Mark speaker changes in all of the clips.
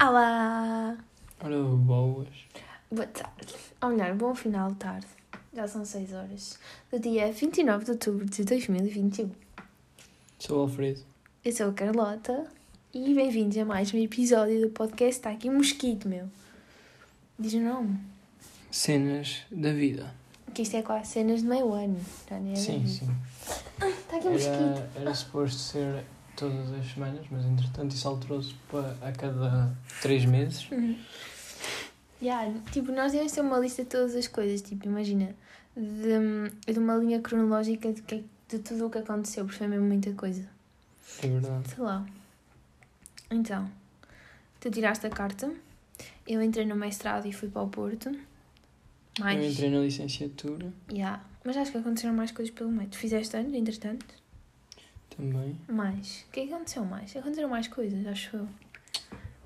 Speaker 1: Olá!
Speaker 2: Ora, boas.
Speaker 1: Boa tarde. Ou melhor, bom final de tarde. Já são 6 horas do dia 29 de outubro de 2021.
Speaker 2: Sou o Alfredo.
Speaker 1: Eu sou a Carlota e bem-vindos a mais um episódio do podcast. Está aqui um mosquito, meu. Diz o nome.
Speaker 2: Cenas da vida.
Speaker 1: Que isto é quase cenas de meio ano. Já nem é
Speaker 2: sim,
Speaker 1: bem.
Speaker 2: sim.
Speaker 1: Está aqui um mosquito.
Speaker 2: Era, era suposto ser todas as semanas, mas entretanto isso alterou-se para a cada três meses.
Speaker 1: Yeah, tipo, nós devemos ter uma lista de todas as coisas. Tipo, imagina, de, de uma linha cronológica de, que, é, de tudo o que aconteceu, porque foi mesmo muita coisa.
Speaker 2: É verdade.
Speaker 1: Sei lá. Então, tu tiraste a carta, eu entrei no mestrado e fui para o Porto. Mais.
Speaker 2: Eu entrei na licenciatura
Speaker 1: Yeah. Mas acho que aconteceram mais coisas pelo meio. Tu fizeste anos, entretanto?
Speaker 2: também.
Speaker 1: Mais. O que é que aconteceu mais? Aconteceram mais coisas, acho eu.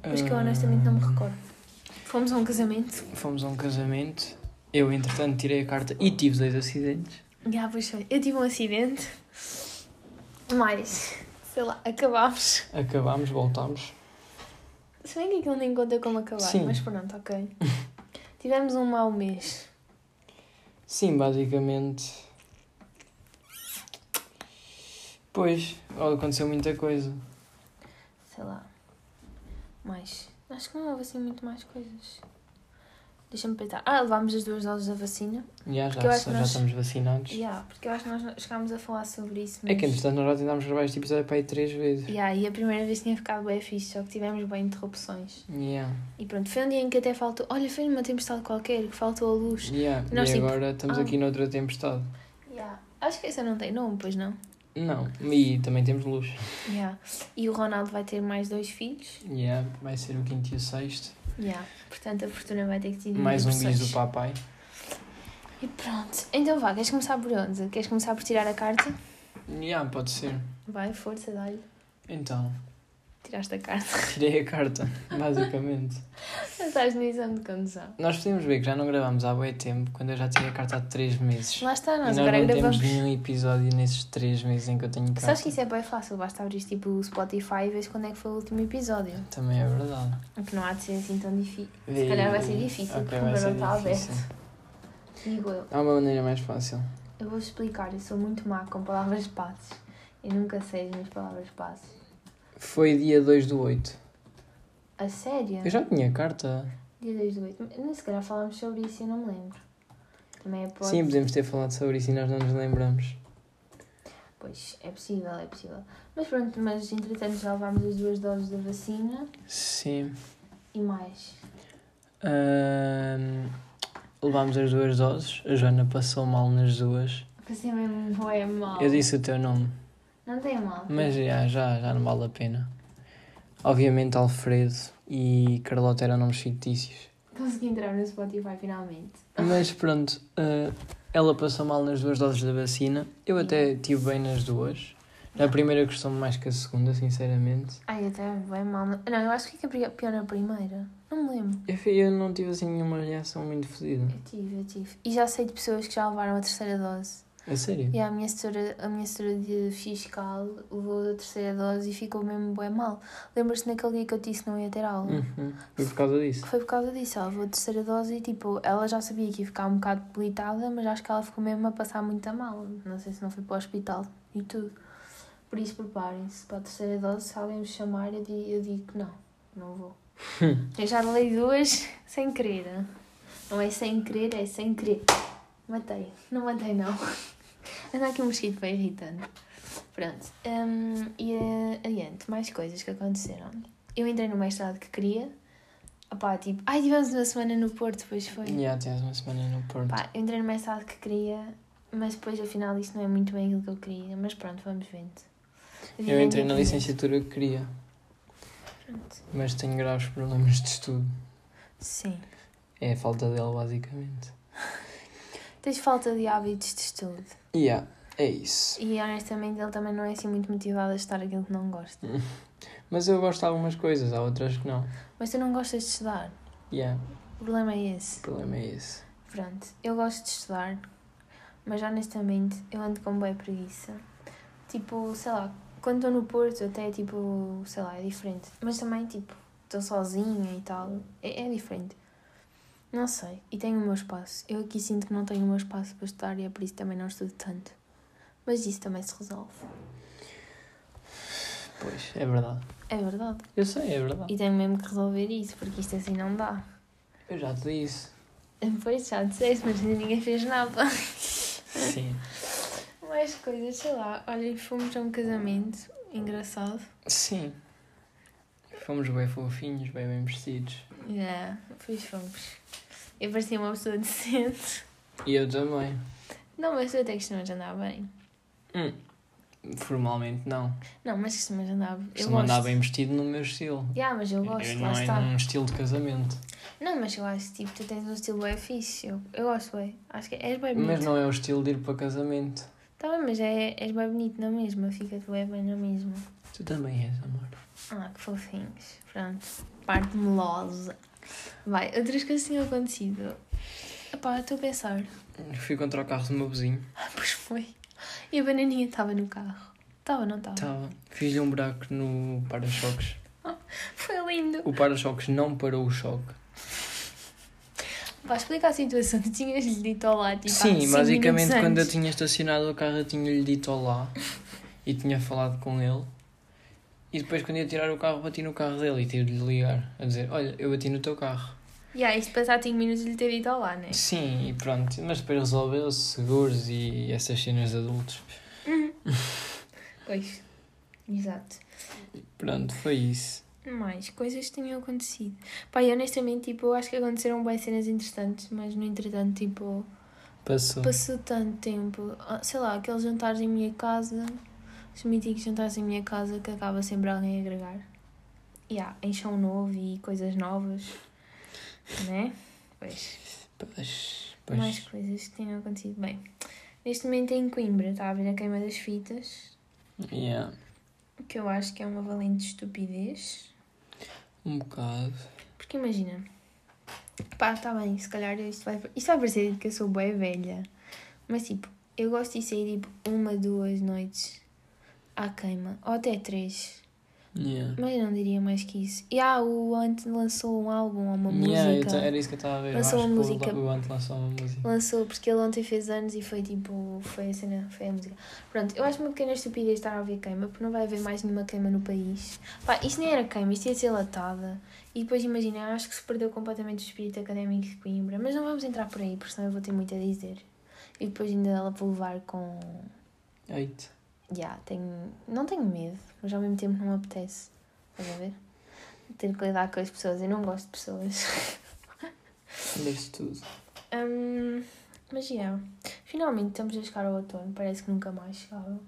Speaker 1: Mas
Speaker 2: Ah.
Speaker 1: que eu honestamente não me recordo. Fomos a um casamento.
Speaker 2: recordo. Fomos a um casamento. Eu entretanto tirei a carta e tive dois acidentes.
Speaker 1: Yeah, pois foi. Eu tive um acidente. Mas, sei lá, acabámos.
Speaker 2: Acabámos, voltámos.
Speaker 1: Se bem que aquilo nem conta como acabar,
Speaker 2: Sim.
Speaker 1: mas pronto, ok. Tivemos um mau mês.
Speaker 2: Sim, basicamente. Pois, aconteceu muita coisa.
Speaker 1: sei lá, mais. Acho que não houve assim muito mais coisas. Deixa-me pensar. Ah, levámos as duas doses da vacina.
Speaker 2: Já,
Speaker 1: Porque eu
Speaker 2: já,
Speaker 1: acho que
Speaker 2: já
Speaker 1: nós-
Speaker 2: estamos vacinados.
Speaker 1: Yeah, porque eu acho que nós não- chegámos a falar sobre isso.
Speaker 2: É que entretanto nós já tentámos gravar este episódio para aí três vezes.
Speaker 1: Yeah, e a primeira vez tinha ficado bem fixe, só que tivemos bem interrupções.
Speaker 2: Yeah.
Speaker 1: E pronto, foi um dia em que até faltou. Olha, foi numa tempestade qualquer que faltou a luz.
Speaker 2: Yeah.
Speaker 1: Nós,
Speaker 2: e
Speaker 1: tipo,
Speaker 2: agora estamos
Speaker 1: ah.
Speaker 2: aqui noutra tempestade.
Speaker 1: Yeah. Acho que essa não tem nome, pois não?
Speaker 2: Não, e também temos luz.
Speaker 1: Yeah. E o Ronaldo vai ter mais dois filhos.
Speaker 2: Yeah. Vai ser o quinto e o sexto.
Speaker 1: Yeah. Portanto, a fortuna vai ter que dividir
Speaker 2: Mais um
Speaker 1: por
Speaker 2: bis
Speaker 1: seis.
Speaker 2: do papai.
Speaker 1: E pronto. Então vá, queres começar por onde? Queres começar por tirar a carta?
Speaker 2: Yeah, pode ser.
Speaker 1: Vai, força, dá-lhe.
Speaker 2: Então,
Speaker 1: Tiraste a carta.
Speaker 2: tirei a carta, basicamente.
Speaker 1: Estás no exame de condução.
Speaker 2: Nós podemos ver que já não gravámos há bué tempo, quando eu já tirei a carta há três meses.
Speaker 1: Lá está,
Speaker 2: E
Speaker 1: nós
Speaker 2: nós
Speaker 1: agora
Speaker 2: não
Speaker 1: gravamos.
Speaker 2: temos nenhum episódio nesses três meses em que eu tenho carta.
Speaker 1: Sabes que isso é bem fácil, basta abrir tipo o Spotify e vês quando é que foi o último episódio.
Speaker 2: Também é verdade.
Speaker 1: O que não há de ser assim tão difícil. Se calhar vai ser difícil,
Speaker 2: Ok,
Speaker 1: porque
Speaker 2: vai
Speaker 1: ainda
Speaker 2: ser
Speaker 1: não está
Speaker 2: difícil.
Speaker 1: aberto. Digo eu.
Speaker 2: Há uma maneira mais fácil.
Speaker 1: Eu vou explicar, eu sou muito má com palavras passes. Eu nunca sei as minhas palavras passes.
Speaker 2: Foi dia 2 do 8.
Speaker 1: A sério?
Speaker 2: Eu já tinha carta.
Speaker 1: Dia 2 do 8. Nem sequer falámos sobre isso e eu não me lembro. Também é pode.
Speaker 2: Sim, podemos ter falado sobre isso e nós não nos lembramos.
Speaker 1: Pois, é possível, é possível. Mas pronto, mas entretanto já levámos as duas doses da vacina
Speaker 2: Sim.
Speaker 1: e mais.
Speaker 2: Ahm, levámos as duas doses. A Joana passou mal nas duas.
Speaker 1: Você assim mesmo boé mal.
Speaker 2: Eu disse o teu nome,
Speaker 1: Não tem mal.
Speaker 2: mas é. já, já, já não vale a pena. Obviamente, Alfredo e Carlota eram nomes fictícios.
Speaker 1: Consegui entrar no Spotify finalmente.
Speaker 2: Mas pronto, ah, ela passou mal nas duas doses da vacina. Eu até tive bem nas duas. Na primeira costumo mais que a segunda, sinceramente.
Speaker 1: Ai, até bem mal. Não, eu acho que fica pior na primeira. Não me lembro.
Speaker 2: Eu, fi- eu não tive assim nenhuma reação muito fodida.
Speaker 1: Eu tive, eu tive. E já sei de pessoas que já levaram a terceira dose.
Speaker 2: A sério?
Speaker 1: E a minha assessora, a minha assessora de fiscal levou a terceira dose e ficou mesmo bem mal. Lembras-te naquele dia que eu te disse que não ia ter aula?
Speaker 2: Uhum. Foi por causa disso.
Speaker 1: Foi por causa disso, ela levou a terceira dose e tipo, ela já sabia que ia ficar um bocado debilitada, mas acho que ela ficou mesmo a passar muito a mal. Não sei se não foi para o hospital e tudo. Por isso preparem-se para a terceira dose, se alguém me chamar eu digo, eu digo que não, não vou. eu já lei duas sem querer. né? Não é sem querer, é sem querer. Matei, não matei não. Anda aqui um mosquito bem irritante. Pronto, hum, e eh, adiante, mais coisas que aconteceram. Eu entrei no mestrado que queria. Opá, tipo, ai, tivemos uma semana no Porto, pois foi.
Speaker 2: E há tens uma semana no Porto.
Speaker 1: Pá, eu entrei no mestrado que queria, mas depois afinal isto não é muito bem aquilo que eu queria. Mas pronto, vamos vendo.
Speaker 2: Eu entrei na
Speaker 1: Evidentemente.
Speaker 2: licenciatura que queria,
Speaker 1: Pronto.
Speaker 2: mas tenho graves problemas de estudo.
Speaker 1: Sim.
Speaker 2: É a falta dele, basicamente.
Speaker 1: Tens falta de hábitos de estudo.
Speaker 2: E há, é isso.
Speaker 1: E honestamente ele também não é assim muito motivado a estudar aquilo que não gosta.
Speaker 2: Mas eu gosto de algumas coisas, há outras que não.
Speaker 1: Mas tu não gostas de estudar.
Speaker 2: E há,
Speaker 1: O problema é esse.
Speaker 2: o problema é esse.
Speaker 1: Pronto, eu gosto de estudar, Mas honestamente, eu ando com boa preguiça. Tipo, sei lá, quando estou no Porto, até tipo, sei lá, é diferente. Mas também, tipo, estou sozinha e tal. É, é diferente. Não sei. E tenho o meu espaço. Eu aqui sinto que não tenho o meu espaço para estudar e é por isso que também não estudo tanto. Mas isso também se resolve.
Speaker 2: Pois, é verdade.
Speaker 1: É verdade.
Speaker 2: Eu sei, é verdade.
Speaker 1: E tenho mesmo que resolver isso, porque isto assim não dá.
Speaker 2: Eu já te disse.
Speaker 1: Pois já disseste, mas ainda ninguém fez nada.
Speaker 2: Sim.
Speaker 1: Mais coisas, sei lá. Olha, fomos a um casamento engraçado.
Speaker 2: Sim. Fomos bem fofinhos, bem bem vestidos.
Speaker 1: Yeah, pois fomos. Eu parecia uma pessoa decente.
Speaker 2: E eu também.
Speaker 1: Não, mas tu até costumas andar bem.
Speaker 2: Formalmente não.
Speaker 1: Não, mas costumas andar.
Speaker 2: Se não andar bem vestido no meu estilo.
Speaker 1: Yeah, mas eu gosto,
Speaker 2: eu
Speaker 1: lá
Speaker 2: não é
Speaker 1: está.
Speaker 2: num estilo de casamento.
Speaker 1: Não, mas eu acho que tipo, tu tens um estilo bem fixe. Eu, eu gosto bem. Acho que és bem
Speaker 2: Mas
Speaker 1: bonito.
Speaker 2: não é o estilo de ir para casamento.
Speaker 1: Tá bem, mas é, és bem bonito na mesma. Fica-te bem bem na mesma.
Speaker 2: Tu também és, amor.
Speaker 1: Ah, que fofinhos. Pronto. Parte melosa. Vai, outras coisas que tinham acontecido. Epá, eu estou a pensar.
Speaker 2: Fui contra o carro do meu vizinho.
Speaker 1: Ah, pois foi. E a bananinha estava no carro. Estava, não estava?
Speaker 2: Estava. Fiz-lhe um buraco no para-choques.
Speaker 1: Foi lindo.
Speaker 2: O para-choques não parou o choque.
Speaker 1: Vai explicar a situação. Tu tinhas-lhe dito olá, tipo, há
Speaker 2: Sim,
Speaker 1: cinco
Speaker 2: basicamente
Speaker 1: minutos
Speaker 2: quando eu
Speaker 1: antes.
Speaker 2: tinha estacionado o carro eu tinha-lhe dito olá e tinha falado com ele. E depois quando ia tirar o carro bati no carro dele e tive de lhe ligar a dizer, olha, eu bati no teu carro.
Speaker 1: Yeah, isto passar 5 minutos de lhe ter dito olá, né?
Speaker 2: Sim, e pronto, mas depois resolveu-se seguros e essas cenas de adultos.
Speaker 1: Uhum. Pois. Exato.
Speaker 2: Pronto, foi isso.
Speaker 1: Mais coisas que tinham acontecido. Pá, e honestamente, tipo, eu acho que aconteceram bem cenas interessantes, mas no entretanto, tipo,
Speaker 2: Passou.
Speaker 1: passou tanto tempo. Ah, Sei lá, aqueles jantares em minha casa, os míticos jantares em minha casa que acaba sempre alguém a agregar. E há, em chão novo e coisas novas, né? Pois.
Speaker 2: Pois, pois.
Speaker 1: Mais coisas que tenham acontecido. Bem, neste momento é em Coimbra está a haver a queima das fitas,
Speaker 2: Yeah,
Speaker 1: que eu acho que é uma valente estupidez.
Speaker 2: um bocado.
Speaker 1: Porque imagina, pá, tá bem, se calhar isto vai, isto vai parecer que eu sou bem velha, mas tipo, eu gosto de sair tipo uma, duas noites à queima, ou até três,
Speaker 2: Yeah.
Speaker 1: mas eu não diria mais que isso. E ah, o Ant lançou um álbum ou uma
Speaker 2: Yeah, eu
Speaker 1: música,
Speaker 2: ta- era isso que eu estava a ver. Eu
Speaker 1: Lançou
Speaker 2: acho
Speaker 1: uma
Speaker 2: que o-
Speaker 1: música.
Speaker 2: O Ant lançou uma música.
Speaker 1: lançou porque ele ontem fez anos e foi tipo, foi a cena, foi a música. Pronto, eu acho uma pequena estupidez estar a haver queima, porque não vai haver mais nenhuma queima no país. Pá, isto nem era queima, isto ia ser latada. E depois imagina, eu acho que se perdeu completamente o espírito académico de Coimbra, mas não vamos entrar por aí, porque senão eu vou ter muito a dizer. E depois ainda ela vou levar com.
Speaker 2: Eita.
Speaker 1: Já, tenho. Não tenho medo, mas ao mesmo tempo não me apetece. Estás a ver? Ter que lidar com as pessoas, eu não gosto de pessoas.
Speaker 2: Leste tudo.
Speaker 1: Hum, mas yeah. finalmente estamos a chegar ao outono, parece que nunca mais chegava.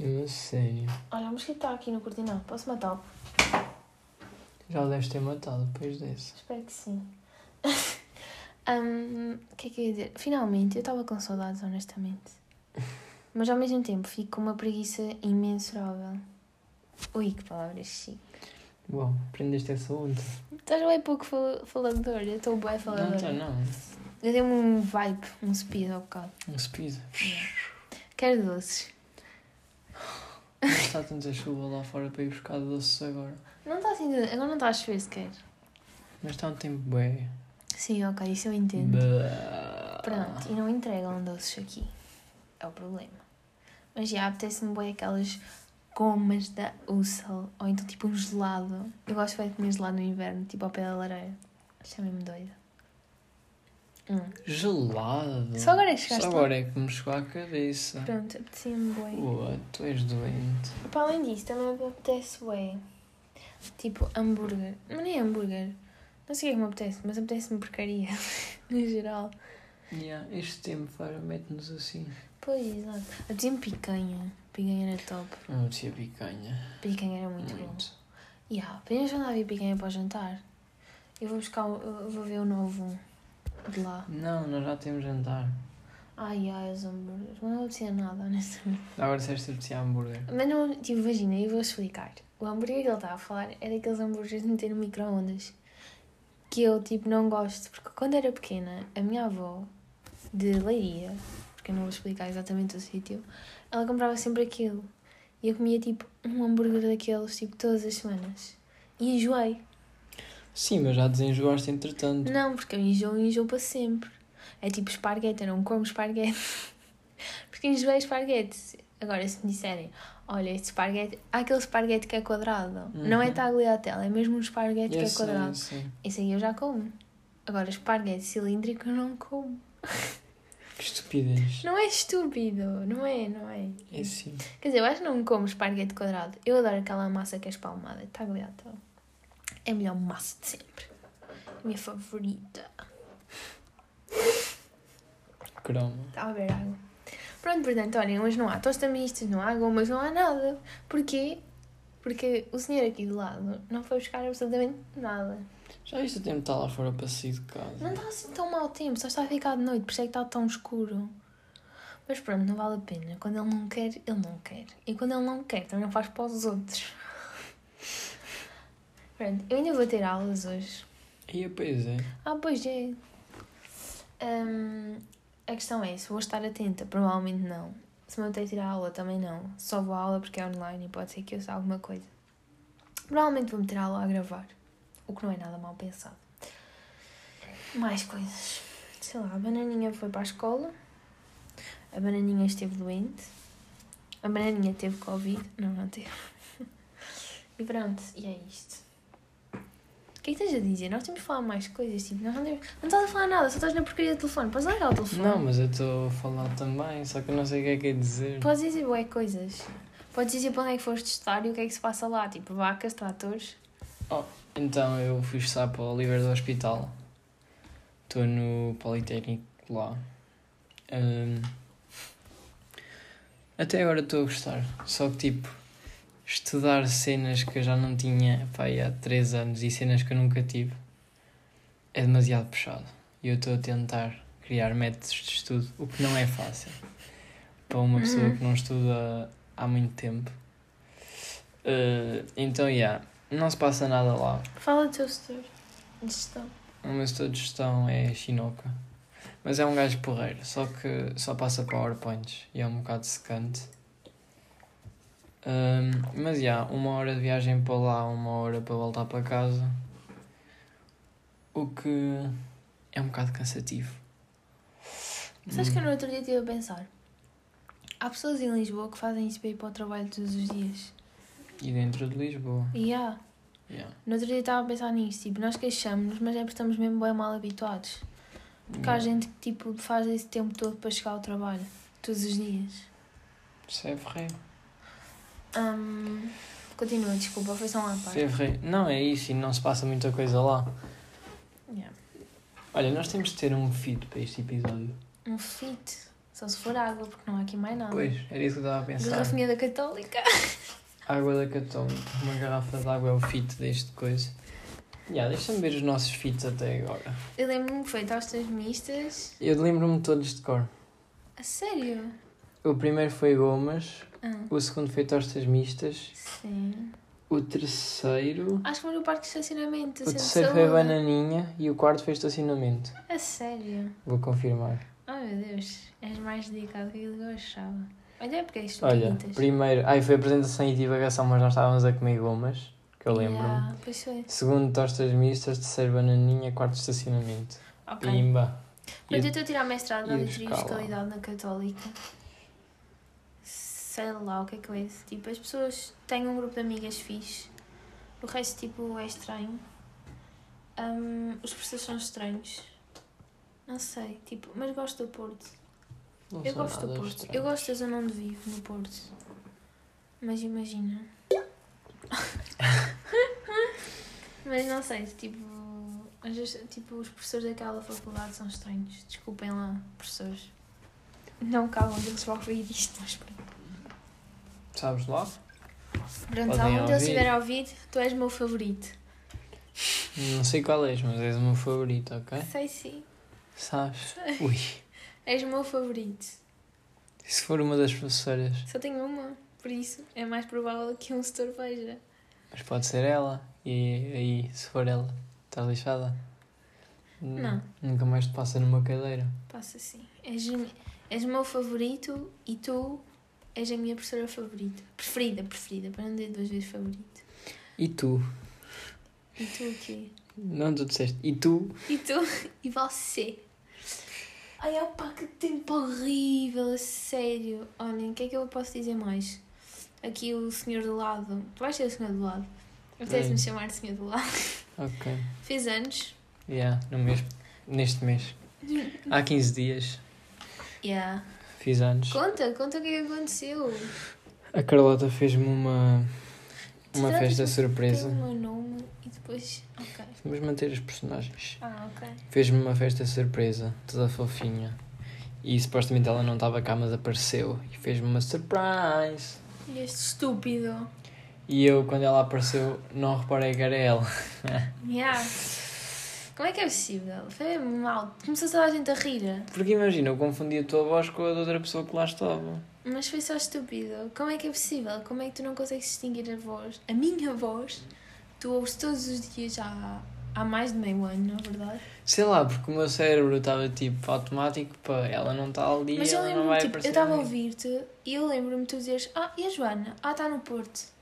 Speaker 2: Eu não sei.
Speaker 1: Olha, a mosquita está aqui no cortinal, posso matá-lo?
Speaker 2: Já o deves ter matado depois desse.
Speaker 1: Espero que sim. Hum, O que é que eu ia dizer? Finalmente, eu estava com saudades, honestamente. Mas ao mesmo tempo fico com uma preguiça imensurável. Ui, que palavras chique.
Speaker 2: Bom, aprendeste essa ontem.
Speaker 1: Estás bem pouco fal faladora, eu estou bem
Speaker 2: Não
Speaker 1: faladora.
Speaker 2: está, não.
Speaker 1: Eu dei-me um vibe, um speed ao bocado.
Speaker 2: Um speed.
Speaker 1: Quero doces.
Speaker 2: Não está tanta chuva lá fora para ir buscar doces agora.
Speaker 1: Não está assim, agora não está a chover sequer.
Speaker 2: Mas está um tempo bem.
Speaker 1: Sim, ok, isso eu entendo.
Speaker 2: Bah.
Speaker 1: Pronto, e não entregam doces aqui. É o problema. Mas já apetece-me bem aquelas gomas da Ussel, ou então tipo um gelado. Eu gosto bem de comer gelado no inverno, tipo ao pé da lareira. Chamei-me doida. Hum.
Speaker 2: Gelado.
Speaker 1: Só agora é que chegaste
Speaker 2: Só
Speaker 1: lá.
Speaker 2: agora é que me chegou à cabeça.
Speaker 1: Pronto, apetecia-me bem.
Speaker 2: Boa, tu és doente.
Speaker 1: Para além disso, também me apetece bem. Tipo hambúrguer. Mas nem é hambúrguer. Não sei o que é que me apetece, mas apetece-me porcaria. no geral.
Speaker 2: Yeah, este tempo faz- mete-nos assim.
Speaker 1: Pois, exato. Apetece-me picanha. Picanha era top.
Speaker 2: Não tinha picanha.
Speaker 1: Picanha era muito, bom.
Speaker 2: Muito.
Speaker 1: E há, apenas andar a ver picanha para o jantar. Eu vou buscar, o- eu vou ver o novo de lá.
Speaker 2: Não, nós já temos jantar.
Speaker 1: Ai ai, os hambúrgueres. Mas não apetecia nada, honestamente.
Speaker 2: Agora disseste que tinha hambúrguer.
Speaker 1: Mas não, tipo, imagina, eu vou explicar. O hambúrguer que ele estava a falar é daqueles hambúrgueres de meter no micro-ondas. Que eu, tipo, não gosto. Porque quando era pequena, a minha avó, de Leiria, porque porque eu não vou explicar exatamente o sítio, ela comprava sempre aquilo. E eu comia tipo um hambúrguer daqueles, tipo, todas as semanas. E enjoei.
Speaker 2: Sim, mas já desenjoaste entretanto.
Speaker 1: Não, porque eu enjoo e enjoo para sempre. É tipo esparguete, eu não como esparguete. porque enjoei esparguete. Agora, se me disserem, olha, este esparguete, há aquele esparguete que é quadrado. Não é
Speaker 2: Uhum.
Speaker 1: tagliatelle, é mesmo um esparguete
Speaker 2: Eu
Speaker 1: que é
Speaker 2: sei,
Speaker 1: quadrado.
Speaker 2: eu sei.
Speaker 1: Esse aí eu já como. Agora, esparguete cilíndrico eu não como.
Speaker 2: Que estupidez.
Speaker 1: Não é estúpido, não é, não é?
Speaker 2: É sim.
Speaker 1: Quer dizer, eu acho que não como esparguete quadrado. Eu adoro aquela massa que é espalmada, tagliatelle. É a melhor massa de sempre. Minha favorita.
Speaker 2: Croma.
Speaker 1: Está Tá a beber água. Pronto, portanto, olhem, hoje não há tosta mistas, não há gomas, não há nada. Porquê? Porque o senhor aqui do lado não foi buscar absolutamente nada.
Speaker 2: Já viste o tempo que está lá fora para sair de casa?
Speaker 1: Não está assim tão mau tempo, só está a ficar de noite, por isso é que está tão escuro. Mas pronto, não vale a pena. Quando ele não quer, ele não quer. E quando ele não quer, também não faz para os outros. Pronto, eu ainda vou ter aulas hoje.
Speaker 2: E a pois é.
Speaker 1: Ah, pois é. Hum, a questão é, se vou estar atenta, provavelmente não. Se me até tirar aula, também não. Só vou à aula porque é online e pode ser que eu saiba alguma coisa. Provavelmente vou meter a aula a gravar, o que não é nada mal pensado. Mais coisas. Sei lá, a bananinha foi para a escola. A bananinha esteve doente. A bananinha teve Covid. Não, não teve. E pronto, e é isto. O que é que estás a dizer? Nós temos de falar mais coisas, tipo, nós não temos... Não estás a falar nada, só estás na porcaria do telefone. Podes largar o telefone.
Speaker 2: Não, mas eu estou a falar também, só que eu não sei o que é que é dizer.
Speaker 1: Podes dizer bué coisas. Podes dizer para onde é que foste estudar e o que é que se passa lá. Tipo, vacas, tratores.
Speaker 2: Então eu fui estar para o Oliver do Hospital. Estou no Politécnico lá. Ahm, até agora estou a gostar. Só que tipo, estudar cenas que eu já não tinha pá, aí há 3 anos e cenas que eu nunca tive é demasiado puxado. E eu estou a tentar criar métodos de estudo, o que não é fácil para uma pessoa
Speaker 1: Uhum.
Speaker 2: que não estuda há muito tempo. Ah, então, yeah, não se passa nada lá.
Speaker 1: Fala do teu setor de gestão.
Speaker 2: O meu setor de gestão é Shinoka. Mas é um gajo porreiro, só que só passa PowerPoints e é um bocado secante. Ahm, mas já, uma hora de viagem para lá, uma hora para voltar para casa. O que é um bocado cansativo.
Speaker 1: Sabes que eu no outro dia estive a pensar. Há pessoas em Lisboa que fazem isso para ir para o trabalho todos os dias.
Speaker 2: Hum, E dentro de Lisboa.
Speaker 1: E há.
Speaker 2: Yeah.
Speaker 1: No outro dia estava a pensar nisso. Tipo, nós queixamos-nos, mas é porque estamos mesmo bem mal habituados. Porque há
Speaker 2: Yeah.
Speaker 1: gente que, tipo, faz esse tempo todo para chegar ao trabalho. Todos os dias.
Speaker 2: Isso é ferreiro.
Speaker 1: Hum, continua, desculpa, foi só um
Speaker 2: Isso é
Speaker 1: lapar.
Speaker 2: ferreiro. Não, é isso, e não se passa muita coisa lá.
Speaker 1: Yeah.
Speaker 2: Olha, nós temos de ter um feed para este episódio.
Speaker 1: Um fit. Só se for água, porque não há aqui mais nada.
Speaker 2: Pois, era isso que eu estava a pensar.
Speaker 1: Garrafinha da Católica.
Speaker 2: Água da Católica, uma garrafa de água é o fit deste coisa. Ya, deixa-me ver os nossos fits até agora.
Speaker 1: Eu lembro-me que foi tostas mistas.
Speaker 2: Eu lembro-me todos de cor.
Speaker 1: A sério?
Speaker 2: O primeiro foi gomas,
Speaker 1: Ah,
Speaker 2: o segundo foi tostas mistas,
Speaker 1: sim.
Speaker 2: o terceiro.
Speaker 1: Acho que foi no parque de estacionamento.
Speaker 2: O
Speaker 1: centro de
Speaker 2: terceiro foi
Speaker 1: saúde.
Speaker 2: bananinha e o quarto foi estacionamento.
Speaker 1: A sério?
Speaker 2: Vou confirmar.
Speaker 1: Oh meu Deus, és mais dedicado que aquilo que eu achava. Olha, porque é isto
Speaker 2: Olha,
Speaker 1: quintas.
Speaker 2: primeiro. Ai, foi apresentação e divagação, mas nós estávamos a comer gomas, que eu lembro-me.
Speaker 1: Yeah, pois foi.
Speaker 2: Segundo, tostas mistas, terceiro, bananinha, quarto, estacionamento.
Speaker 1: Ok.
Speaker 2: Pimba.
Speaker 1: Mas eu
Speaker 2: E-
Speaker 1: estou a tirar mestrado
Speaker 2: e
Speaker 1: na
Speaker 2: a
Speaker 1: Letria e
Speaker 2: escala?
Speaker 1: Fiscalidade na Católica. Sei lá o que é que é isso. Tipo, as pessoas têm um grupo de amigas fixe. O resto, tipo, é estranho. Hum, os professores são estranhos. Não sei, tipo, mas gosto do Porto.
Speaker 2: Não
Speaker 1: eu
Speaker 2: sou
Speaker 1: gosto do
Speaker 2: nada
Speaker 1: Porto.
Speaker 2: estranho.
Speaker 1: Eu gosto da zona onde vivo, no Porto. Mas imagina. mas não sei, tipo. Às vezes, tipo, os professores daquela faculdade são estranhos. Desculpem lá, professores. Não calam deles vão ouvir isto, mas pronto.
Speaker 2: Sabes lá?
Speaker 1: Pronto, se
Speaker 2: Podem
Speaker 1: algum deles
Speaker 2: ouvir.
Speaker 1: estiver a ouvir, tu és meu favorito.
Speaker 2: Não sei qual és, mas és o meu favorito, ok?
Speaker 1: Sei sim,
Speaker 2: Sabes? Ui.
Speaker 1: és o meu favorito.
Speaker 2: E se for uma das professoras?
Speaker 1: Só tenho uma, por isso é mais provável que um setor veja.
Speaker 2: Mas pode ser ela. E aí, se for ela, estás lixada? N-
Speaker 1: Não.
Speaker 2: Nunca mais te passa numa cadeira.
Speaker 1: Passa assim. És, mi- És o meu favorito e tu és a minha professora favorita. Preferida, preferida, para não dizer duas vezes favorito.
Speaker 2: E tu?
Speaker 1: E tu o quê?
Speaker 2: Não, tu disseste. E tu?
Speaker 1: E tu? E você? Ai, opá, que tempo horrível, a sério. Olhem, o que é que eu posso dizer mais? Aqui o senhor do lado. Tu vais ser o senhor do lado. Eu tenho de me
Speaker 2: Bem.
Speaker 1: chamar de senhor do lado.
Speaker 2: Ok.
Speaker 1: Fez anos.
Speaker 2: Yeah, no mês, neste mês. Há 15 dias
Speaker 1: Yeah.
Speaker 2: fiz anos.
Speaker 1: Conta, conta o que é que aconteceu.
Speaker 2: A Carlota fez-me uma, uma
Speaker 1: Será que
Speaker 2: festa
Speaker 1: isso
Speaker 2: surpresa.
Speaker 1: Tem o meu nome e depois. Ok.
Speaker 2: Vamos manter os personagens.
Speaker 1: Ah, ok.
Speaker 2: Fez-me uma festa surpresa, toda fofinha. E supostamente ela não estava cá, mas apareceu e fez-me uma surprise.
Speaker 1: E este estúpido.
Speaker 2: E eu, quando ela apareceu, não reparei que era ela.
Speaker 1: Yeah. Como é que é possível? Foi mesmo mal. Começou toda a gente a rir.
Speaker 2: Porque imagina, eu confundi a tua voz com a da outra pessoa que lá estava.
Speaker 1: Mas foi só estúpido. Como é que é possível? Como é que tu não consegues distinguir a voz? A minha voz, tu ouves todos os dias já há, há mais de meio ano, não é verdade?
Speaker 2: Sei lá, porque o meu cérebro estava tipo automático, pá, ela não está ali,
Speaker 1: Mas eu
Speaker 2: ela não
Speaker 1: lembro-me,
Speaker 2: vai
Speaker 1: tipo, eu
Speaker 2: aparecer.
Speaker 1: estava a
Speaker 2: ali.
Speaker 1: ouvir-te e eu lembro-me tu dizeres Ah, e a Joana? Ah, está no Porto.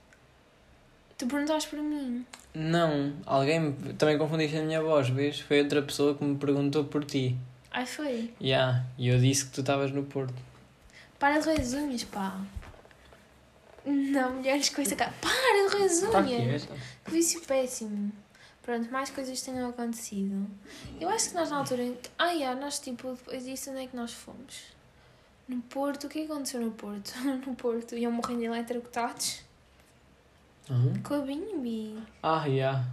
Speaker 1: Tu perguntaste para mim.
Speaker 2: Não, alguém me- também confundiste a minha voz, vês? Foi outra pessoa que me perguntou por ti.
Speaker 1: Ai, foi.
Speaker 2: Yeah, e eu disse que tu estavas no Porto.
Speaker 1: Para de roer as unhas, pá. Não, mulheres com essa cara. Para de roer as
Speaker 2: Tá aqui,
Speaker 1: unhas.
Speaker 2: vês?
Speaker 1: Que vício péssimo. Pronto, mais coisas tenham acontecido. Eu acho que nós na altura. em que- Ah, yeah, nós tipo, depois disso, onde é que nós fomos? No Porto, o que é que aconteceu no Porto? No Porto iam morrendo eletrocutados
Speaker 2: Uhum.
Speaker 1: com a Bimbi.
Speaker 2: Ah, yeah.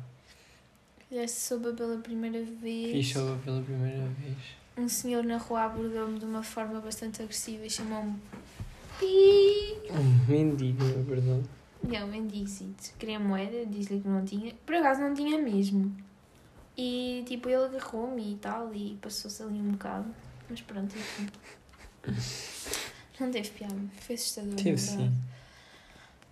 Speaker 1: Já se soube pela primeira vez.
Speaker 2: Fiz só pela primeira vez.
Speaker 1: Um senhor na rua abordou-me de uma forma bastante agressiva e chamou-me. Pi!
Speaker 2: Um mendigo, na verdade.
Speaker 1: Não, eu disse Queria moeda, disse-lhe que não tinha. Por acaso não tinha mesmo. E tipo, ele agarrou-me e tal, e passou-se ali um bocado. Mas pronto, enfim. Não teve piada, foi assustador.
Speaker 2: Tive
Speaker 1: na verdade.
Speaker 2: sim.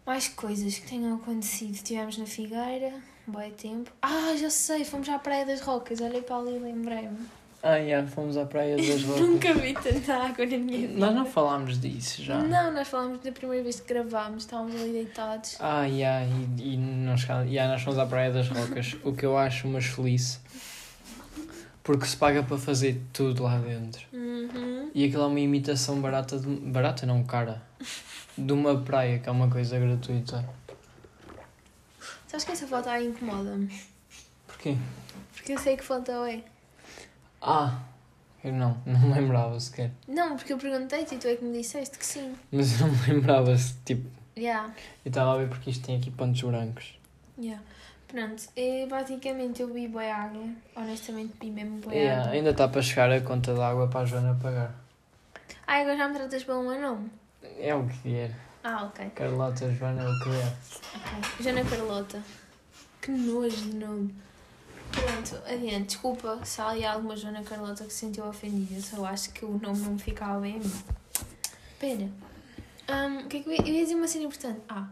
Speaker 1: Mais coisas que tenham acontecido. Estivemos na Figueira, um bom tempo. Ah, já sei, fomos à Praia das Rocas. Olhei para ali e lembrei-me.
Speaker 2: Ah, yeah, fomos à Praia das Rocas.
Speaker 1: Nunca vi tanta água na minha vida.
Speaker 2: Nós não falámos disso já.
Speaker 1: Não, nós falámos da primeira vez que gravámos, estávamos ali deitados.
Speaker 2: Ah, yeah, e, e nós, chegámos- yeah, nós fomos à Praia das Rocas, o que eu acho uma chelice. Porque se paga para fazer tudo lá dentro.
Speaker 1: Uhum.
Speaker 2: E aquilo é uma imitação barata, de, barata não, cara, de uma praia, que é uma coisa gratuita.
Speaker 1: Sabes que essa foto aí incomoda-me?
Speaker 2: Porquê?
Speaker 1: Porque eu sei que foto é.
Speaker 2: Ah, eu não, não me lembrava sequer.
Speaker 1: Não, porque eu perguntei-te e tu é que me disseste que sim.
Speaker 2: Mas eu não me lembrava se, tipo,
Speaker 1: Yeah,
Speaker 2: eu estava a ver porque isto tem aqui pontos brancos.
Speaker 1: yeah. Pronto, e basicamente eu bebi boi água. Honestamente, bebi mesmo boi
Speaker 2: Yeah,
Speaker 1: água.
Speaker 2: É, ainda está para chegar a conta de água para a Joana pagar.
Speaker 1: Ai, Ah, agora já me tratas pelo meu nome?
Speaker 2: É o que vier.
Speaker 1: Ah, ok.
Speaker 2: Carlota, Joana, é o que vier.
Speaker 1: Ok. Jana Carlota. Que nojo de nome. Pronto, adiante. Desculpa se há ali alguma Joana Carlota que se sentiu ofendida. Só acho que o nome não me ficava bem. Pera. Hum, o que é que eu ia- eu ia dizer uma cena importante. Ah,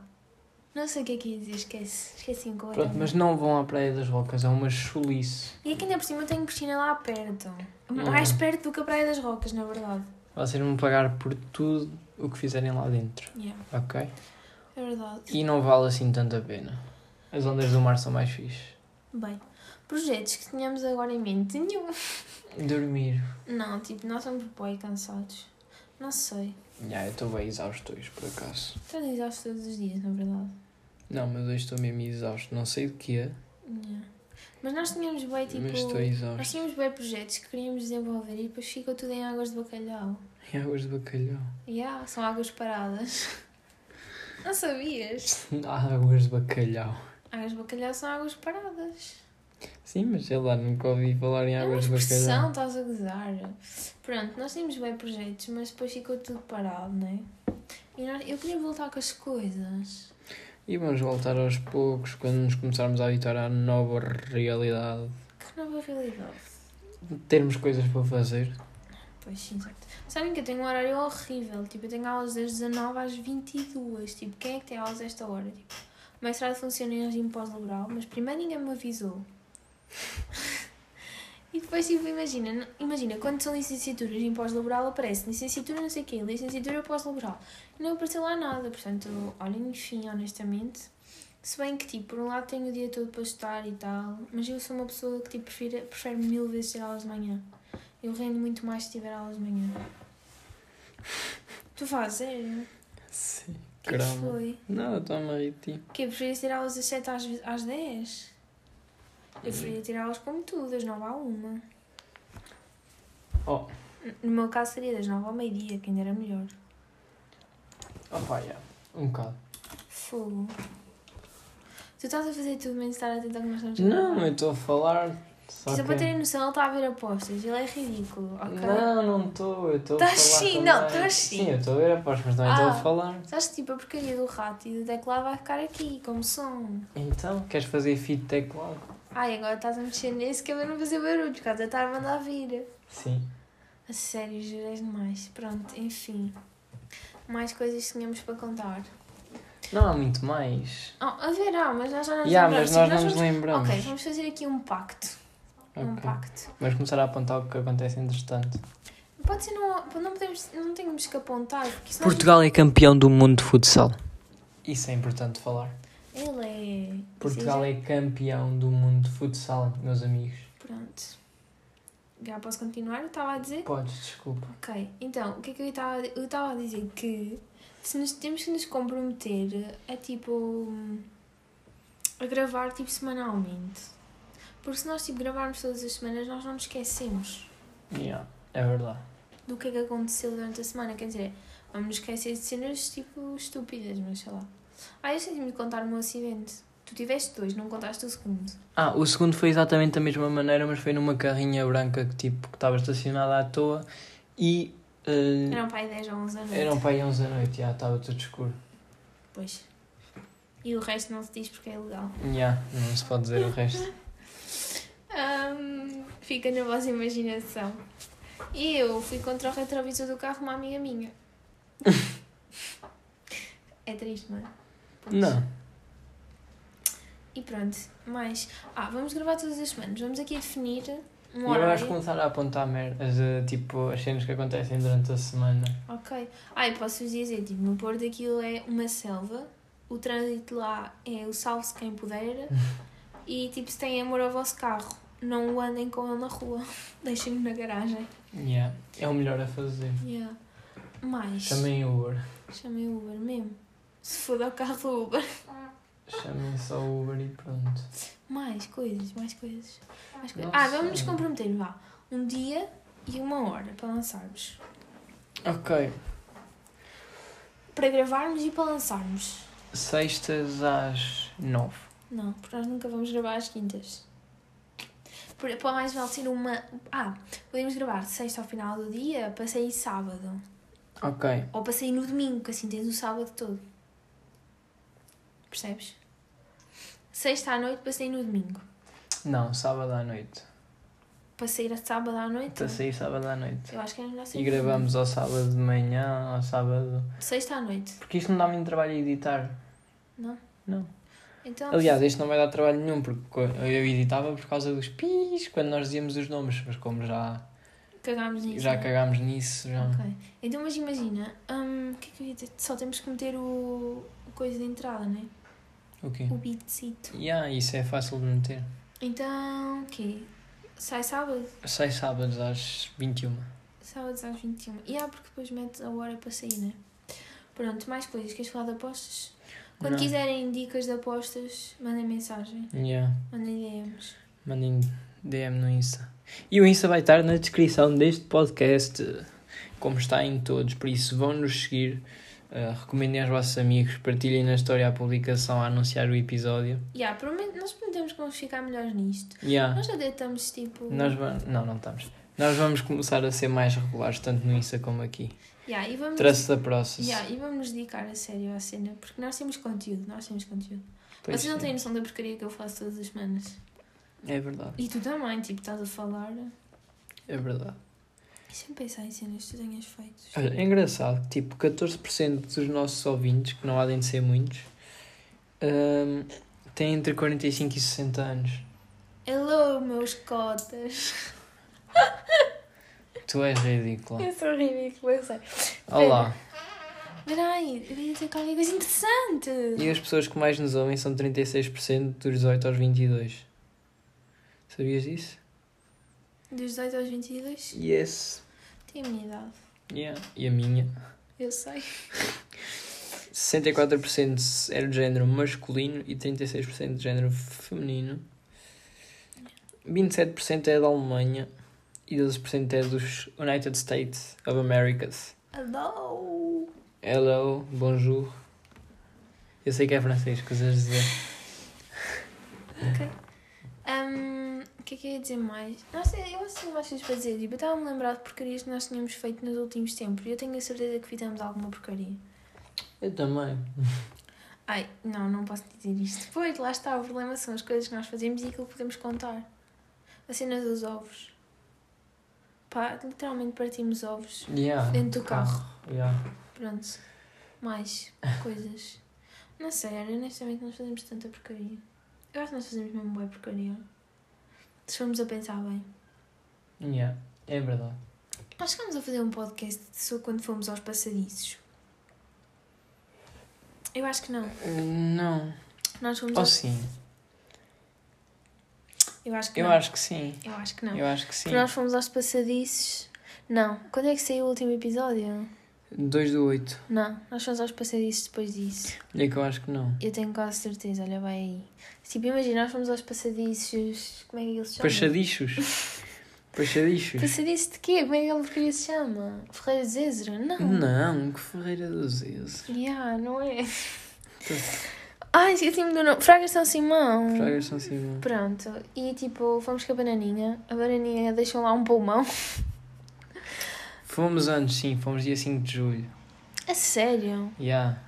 Speaker 1: não sei o que é que ia dizer. Esquece. Esqueci
Speaker 2: Pronto,
Speaker 1: completamente.
Speaker 2: mas não vão à Praia das Rocas, é uma chulice.
Speaker 1: E aqui ainda por cima eu tenho piscina lá perto.
Speaker 2: Yeah.
Speaker 1: Mais perto do que a Praia das Rocas, na verdade.
Speaker 2: Vocês vão pagar por tudo o que fizerem lá dentro,
Speaker 1: Yeah,
Speaker 2: ok?
Speaker 1: é verdade.
Speaker 2: E não vale assim tanto a pena. As ondas do mar são mais fixes.
Speaker 1: Bem, projetos que tínhamos agora em mente. Nenhum.
Speaker 2: Dormir.
Speaker 1: Não, tipo, nós somos bem cansados. Não sei.
Speaker 2: Já, eu estou bem exausto hoje, por acaso.
Speaker 1: Estás exaustos todos os dias, na verdade.
Speaker 2: Não, mas hoje estou mesmo exausto. Não sei de quê,
Speaker 1: Yeah. Mas nós tínhamos bem, tipo...
Speaker 2: mas estou
Speaker 1: nós
Speaker 2: exausto.
Speaker 1: tínhamos bem projetos que queríamos desenvolver e depois ficou tudo em águas de bacalhau.
Speaker 2: E águas de bacalhau.
Speaker 1: Yeah, são águas paradas. Não sabias?
Speaker 2: Águas de bacalhau.
Speaker 1: Águas de bacalhau são águas paradas.
Speaker 2: Sim, mas sei lá, nunca ouvi falar em
Speaker 1: É uma
Speaker 2: águas de
Speaker 1: expressão,
Speaker 2: bacalhau.
Speaker 1: estás a gozar. Pronto, nós tínhamos bem projetos, mas depois ficou tudo parado, não é? E nós- eu queria voltar com as coisas.
Speaker 2: E vamos voltar aos poucos quando nos começarmos a habituar à nova realidade.
Speaker 1: Que nova realidade.
Speaker 2: Termos coisas para fazer.
Speaker 1: Pois sim, exato. Sabem que eu tenho um horário horrível. Tipo, eu tenho aulas das 19 às 22. Tipo, quem é que tem aulas a esta hora? Tipo, o mestrado funciona em regime pós-laboral, mas primeiro ninguém me avisou. E E depois, tipo, imagina, n- imagina, quando são licenciaturas em pós-laboral, aparece licenciatura não sei o quê, licenciatura pós-laboral. E não apareceu lá nada, portanto, olha, enfim, honestamente. Se bem que, tipo, por um lado tenho o dia todo para estudar e tal, mas eu sou uma pessoa que, tipo, prefiro, prefere mil vezes ter aulas de manhã. Eu rendo muito mais se tiver aulas de manhã. Tu fazes, sério?
Speaker 2: Sim.
Speaker 1: O que é que
Speaker 2: Caramba.
Speaker 1: foi?
Speaker 2: Nada, toma aí ti.
Speaker 1: O quê? Preferias ter aulas das 7 às, ve- às 10?
Speaker 2: Hum.
Speaker 1: Eu preferia ter aulas como tu, das 9 à 1.
Speaker 2: Oh,
Speaker 1: No meu caso seria das 9 ao meio-dia, que ainda era melhor.
Speaker 2: oh pá, yeah. Um bocado.
Speaker 1: Fogo. Tu estás a fazer tudo menos estar atento ao que nós estamos a
Speaker 2: Não,
Speaker 1: falar.
Speaker 2: eu estou a falar. Só
Speaker 1: Só
Speaker 2: que...
Speaker 1: é
Speaker 2: é.
Speaker 1: para terem noção, ele está a ver apostas. Ele é ridículo, ok?
Speaker 2: Não, não estou. Eu estou a falar.
Speaker 1: Estás sim, não,
Speaker 2: também.
Speaker 1: estás sim.
Speaker 2: Sim, eu estou a ver a paz, mas também estou
Speaker 1: Ah.
Speaker 2: a falar.
Speaker 1: Sabes que tipo a porcaria do rato e do teclado vai ficar aqui, como som.
Speaker 2: Então, queres fazer feed teclado?
Speaker 1: Ai, agora estás a mexer nesse que é para não fazer barulho, por causa de estar a mandar vir.
Speaker 2: Sim.
Speaker 1: A sério, jurei demais. Pronto, enfim. Mais coisas tínhamos para contar.
Speaker 2: Não há muito mais.
Speaker 1: Oh, haverá, mas nós já não nos
Speaker 2: Ya,
Speaker 1: lembramos.
Speaker 2: mas nós
Speaker 1: Tipo,
Speaker 2: não nos
Speaker 1: vamos-
Speaker 2: lembramos.
Speaker 1: Ok, vamos fazer aqui um pacto. Um
Speaker 2: Ok.
Speaker 1: pacto.
Speaker 2: Vamos começar a apontar o que acontece entretanto.
Speaker 1: Pode ser, não, não, podemos, não temos que apontar, porque senão.
Speaker 3: Portugal é campeão do mundo de futsal.
Speaker 2: Isso é importante falar.
Speaker 1: Ele é.
Speaker 2: Portugal é campeão do mundo de futsal, meus amigos.
Speaker 1: Pronto. Já posso continuar? Eu estava a dizer?
Speaker 2: Podes, desculpa.
Speaker 1: Ok, então, o que é que eu estava a di- eu estava a dizer? Que se nos, temos que nos comprometer a tipo. hum, a gravar tipo semanalmente. Porque se nós tipo, gravarmos todas as semanas, nós não nos esquecemos
Speaker 2: Yeah, é verdade.
Speaker 1: do que é que aconteceu durante a semana. Quer dizer, vamos nos esquecer de cenas tipo estúpidas, mas sei lá. Ah, eu esqueci-me de contar o meu acidente. Tu tiveste dois, não contaste o segundo.
Speaker 2: Ah, o segundo foi exatamente da mesma maneira, mas foi numa carrinha branca que tipo que estava estacionada à toa e eh,
Speaker 1: Eram para aí 10 ou 11 anos.
Speaker 2: eram para aí 11 da noite, já estava tudo escuro.
Speaker 1: Pois. E o resto não se diz porque é ilegal.
Speaker 2: Yeah, não se pode dizer o resto.
Speaker 1: Ahm, fica na vossa imaginação. E eu fui contra o retrovisor do carro uma amiga minha. é triste, não é? Pois.
Speaker 2: Não.
Speaker 1: E pronto, mais. Ah, vamos gravar todas as semanas. Vamos aqui definir
Speaker 2: E
Speaker 1: um
Speaker 2: agora vais
Speaker 1: horário.
Speaker 2: começar a apontar merdas, eh, tipo as cenas que acontecem durante a semana.
Speaker 1: Ok. Ah, e posso-vos dizer, tipo, no Porto aquilo é uma selva. O trânsito lá é o salve-se quem puder. E, tipo, se têm amor ao vosso carro, não o andem com ele na rua. Deixem-no na garagem.
Speaker 2: Yeah, é o melhor a fazer.
Speaker 1: Yeah. Mas,
Speaker 2: Chamem Uber.
Speaker 1: chamem o Uber mesmo. Se for ao carro do Uber.
Speaker 2: Chamem só Uber e pronto.
Speaker 1: Mais coisas, mais coisas. Mais coisas.
Speaker 2: Não
Speaker 1: Ah, vamos nos
Speaker 2: sei.
Speaker 1: comprometer, vá. Um dia e uma hora para lançarmos.
Speaker 2: Ok.
Speaker 1: Para gravarmos e para lançarmos.
Speaker 2: Sextas às nove.
Speaker 1: Não, porque nós nunca vamos gravar às quintas. Por- Para mais vale ser uma. Ah, podemos gravar de sexta ao final do dia para sair sábado.
Speaker 2: Ok.
Speaker 1: Ou para sair no domingo, que assim tens o sábado todo. Percebes? Sexta à noite para sair no domingo.
Speaker 2: Não, sábado à noite.
Speaker 1: Para sair a sábado à noite.
Speaker 2: Está a sair sábado à noite.
Speaker 1: Eu acho que era melhor ser
Speaker 2: E gravamos ao sábado de manhã, ao sábado.
Speaker 1: Sexta à noite.
Speaker 2: Porque isto não dá muito trabalho a editar.
Speaker 1: Não?
Speaker 2: Não.
Speaker 1: Então.
Speaker 2: Aliás, isto não vai dar trabalho nenhum, porque co- eu editava por causa dos pis, quando nós dizíamos os nomes, mas como já,
Speaker 1: cagámos nisso.
Speaker 2: já
Speaker 1: não é?
Speaker 2: cagámos nisso, já.
Speaker 1: Ok. Então, mas imagina. hum, O que é que eu ia dizer? Só temos que meter o. o coisa de entrada, né?
Speaker 2: O quê?
Speaker 1: O beatzito.
Speaker 2: Yeah, isso é fácil de meter.
Speaker 1: Então, o quê? Sai sábado?
Speaker 2: Sai sábados às 21.
Speaker 1: Sábados às 21. E há, porque depois metes a hora para sair, né? Pronto, mais coisas. Queres falar de apostas? Quando
Speaker 2: Não.
Speaker 1: quiserem dicas de apostas, mandem mensagem.
Speaker 2: Yeah.
Speaker 1: Mandem DMs.
Speaker 2: Mandem DM no Insta. E o Insta vai estar na descrição deste podcast, eh, como está em todos, por isso vão nos seguir. eh, recomendem aos vossos amigos, partilhem na história a publicação a anunciar o episódio.
Speaker 1: E há, promet- nós prometemos que vamos ficar melhores nisto.
Speaker 2: Yeah.
Speaker 1: Nós já estamos tipo.
Speaker 2: Ah. Nós vamos. Não, não estamos. Nós vamos começar a ser mais regulares, tanto no Insta como aqui.
Speaker 1: Yeah, e vamos.
Speaker 2: Trace da process.
Speaker 1: Yeah, e vamos nos dedicar a sério à cena, porque nós temos conteúdo, nós temos conteúdo.
Speaker 2: Pois
Speaker 1: Vocês não
Speaker 2: sim.
Speaker 1: têm noção da porcaria que eu faço todas as semanas.
Speaker 2: É verdade,
Speaker 1: E tu também, tipo, estás a falar.
Speaker 2: é verdade.
Speaker 1: Deixa-me pensar em cenas que tu tenhas feito.
Speaker 2: Olha, é engraçado, que, tipo, 14% dos nossos ouvintes, que não há de ser muitos, hum, têm entre 45 e 60 anos.
Speaker 1: Hello, meus cotas.
Speaker 2: Tu és ridícula.
Speaker 1: Eu sou ridícula, eu sei.
Speaker 2: Olá.
Speaker 1: Peraí, eu ia dizer qualquer coisa interessante.
Speaker 2: E as pessoas que mais nos ouvem são 36% dos 18 aos 22. Sabias disso?
Speaker 1: Dos 18 aos 22,
Speaker 2: Yes.
Speaker 1: tenho a minha idade.
Speaker 2: Yeah. E a minha?
Speaker 1: Eu sei.
Speaker 2: 64% é do género masculino e 36% do género feminino. 27% é da Alemanha e 12% é dos United States of Americas.
Speaker 1: Hello!
Speaker 2: Hello, bonjour. Eu sei que é francês, coisas a dizer.
Speaker 1: Ok. Ahm, O que é que eu ia dizer mais? Nossa, eu acho que tenho mais coisas para dizer. Tipo, eu estava-me a lembrar de porcarias que nós tínhamos feito nos últimos tempos. E eu tenho a certeza que fizemos alguma porcaria.
Speaker 2: Eu também.
Speaker 1: Ai, não, não posso dizer isto. Pois, lá está, o problema são as coisas que nós fazemos e aquilo que podemos contar. A cena dos ovos. Pá, literalmente partimos ovos.
Speaker 2: Yeah.
Speaker 1: Dentro do carro.
Speaker 2: Yeah.
Speaker 1: Pronto. Mais coisas. Não sei, olha, honestamente nós fazemos tanta porcaria. Eu acho que nós fazemos mesmo boa porcaria. Se formos a pensar bem.
Speaker 2: Yeah. É verdade.
Speaker 1: Nós chegámos a fazer um podcast só quando fomos aos passadiços. Eu acho que não.
Speaker 2: Não.
Speaker 1: Nós fomos
Speaker 2: Ou
Speaker 1: aos...
Speaker 2: Oh, sim.
Speaker 1: Eu acho que
Speaker 2: Eu
Speaker 1: não.
Speaker 2: acho que sim.
Speaker 1: Eu acho que não.
Speaker 2: Eu acho que sim.
Speaker 1: Porque nós fomos aos passadiços. Não. Quando é que saiu o último episódio?
Speaker 2: 2 do 8.
Speaker 1: Não. Nós fomos aos passadiços depois disso.
Speaker 2: É que eu acho que não.
Speaker 1: Eu tenho quase certeza, olha vai aí. Tipo, imagina, nós fomos aos passadiços. Como é que eles se chamam?
Speaker 2: Pachadichos. Pachadichos.
Speaker 1: Passadiços de quê? Como é que ele porcaria se chama? Ferreira de Ezra? Não.
Speaker 2: Não, que Ferreira dos Ezes.
Speaker 1: Yeah, não é? Ai, esqueci-me do nome. Fraga São Simão.
Speaker 2: Fragas São assim, Simão.
Speaker 1: Pronto, e tipo, fomos com a bananinha. A bananinha deixou lá um pulmão.
Speaker 2: Fomos antes, sim, fomos dia 5 de julho.
Speaker 1: A sério?
Speaker 2: Yeah.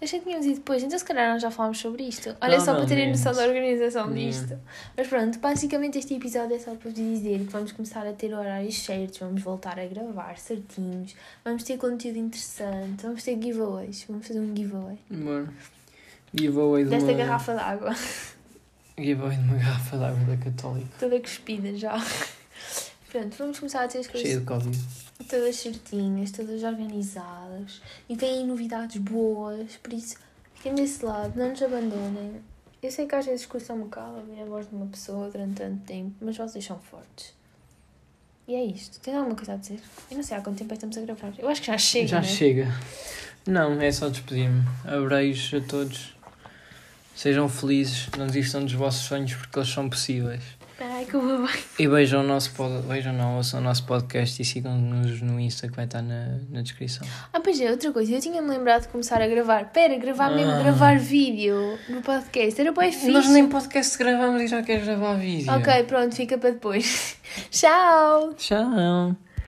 Speaker 1: Achei que tínhamos ido depois, então se calhar nós já falámos sobre isto. Olha só para terem
Speaker 2: Provavelmente.
Speaker 1: noção da organização
Speaker 2: Yeah.
Speaker 1: disto. Mas pronto, basicamente este episódio é só para vos dizer que vamos começar a ter horários certos, vamos voltar a gravar certinhos, vamos ter conteúdo interessante, vamos ter giveaways, vamos fazer um giveaway.
Speaker 2: Amor. Giveaway de
Speaker 1: Desta
Speaker 2: uma...
Speaker 1: garrafa de água,
Speaker 2: Giveaway de uma garrafa de água da Católica.
Speaker 1: toda cuspida já. Pronto, vamos começar a ter as coisas
Speaker 2: Cheia de Covid.
Speaker 1: todas certinhas, todas organizadas e vêm novidades boas, por isso fiquem desse lado, não nos abandonem. Eu sei que às vezes custa um bocado ouvir a voz de uma pessoa durante tanto tempo, mas vocês são fortes. E é isto. Tem alguma coisa a dizer? Eu não sei há quanto tempo é que estamos a gravar. Eu acho que já chega.
Speaker 2: Já
Speaker 1: né?
Speaker 2: chega. Não, é só despedir-me. Abreios a todos. Sejam felizes, não desistam dos vossos sonhos porque eles são possíveis.
Speaker 1: Espera aí que eu vou bem.
Speaker 2: E vejam o nosso podcast, vejam não, ouçam o nosso podcast e sigam-nos no Insta que vai estar na, na descrição.
Speaker 1: Ah, pois é, outra coisa. Eu tinha-me lembrado de começar a gravar. Pera, gravar mesmo,
Speaker 2: Ah.
Speaker 1: gravar vídeo no podcast. Era bem fixe.
Speaker 2: Nós nem podcast gravamos e já queres gravar vídeo.
Speaker 1: Ok, pronto, fica para depois. Tchau!
Speaker 2: Tchau.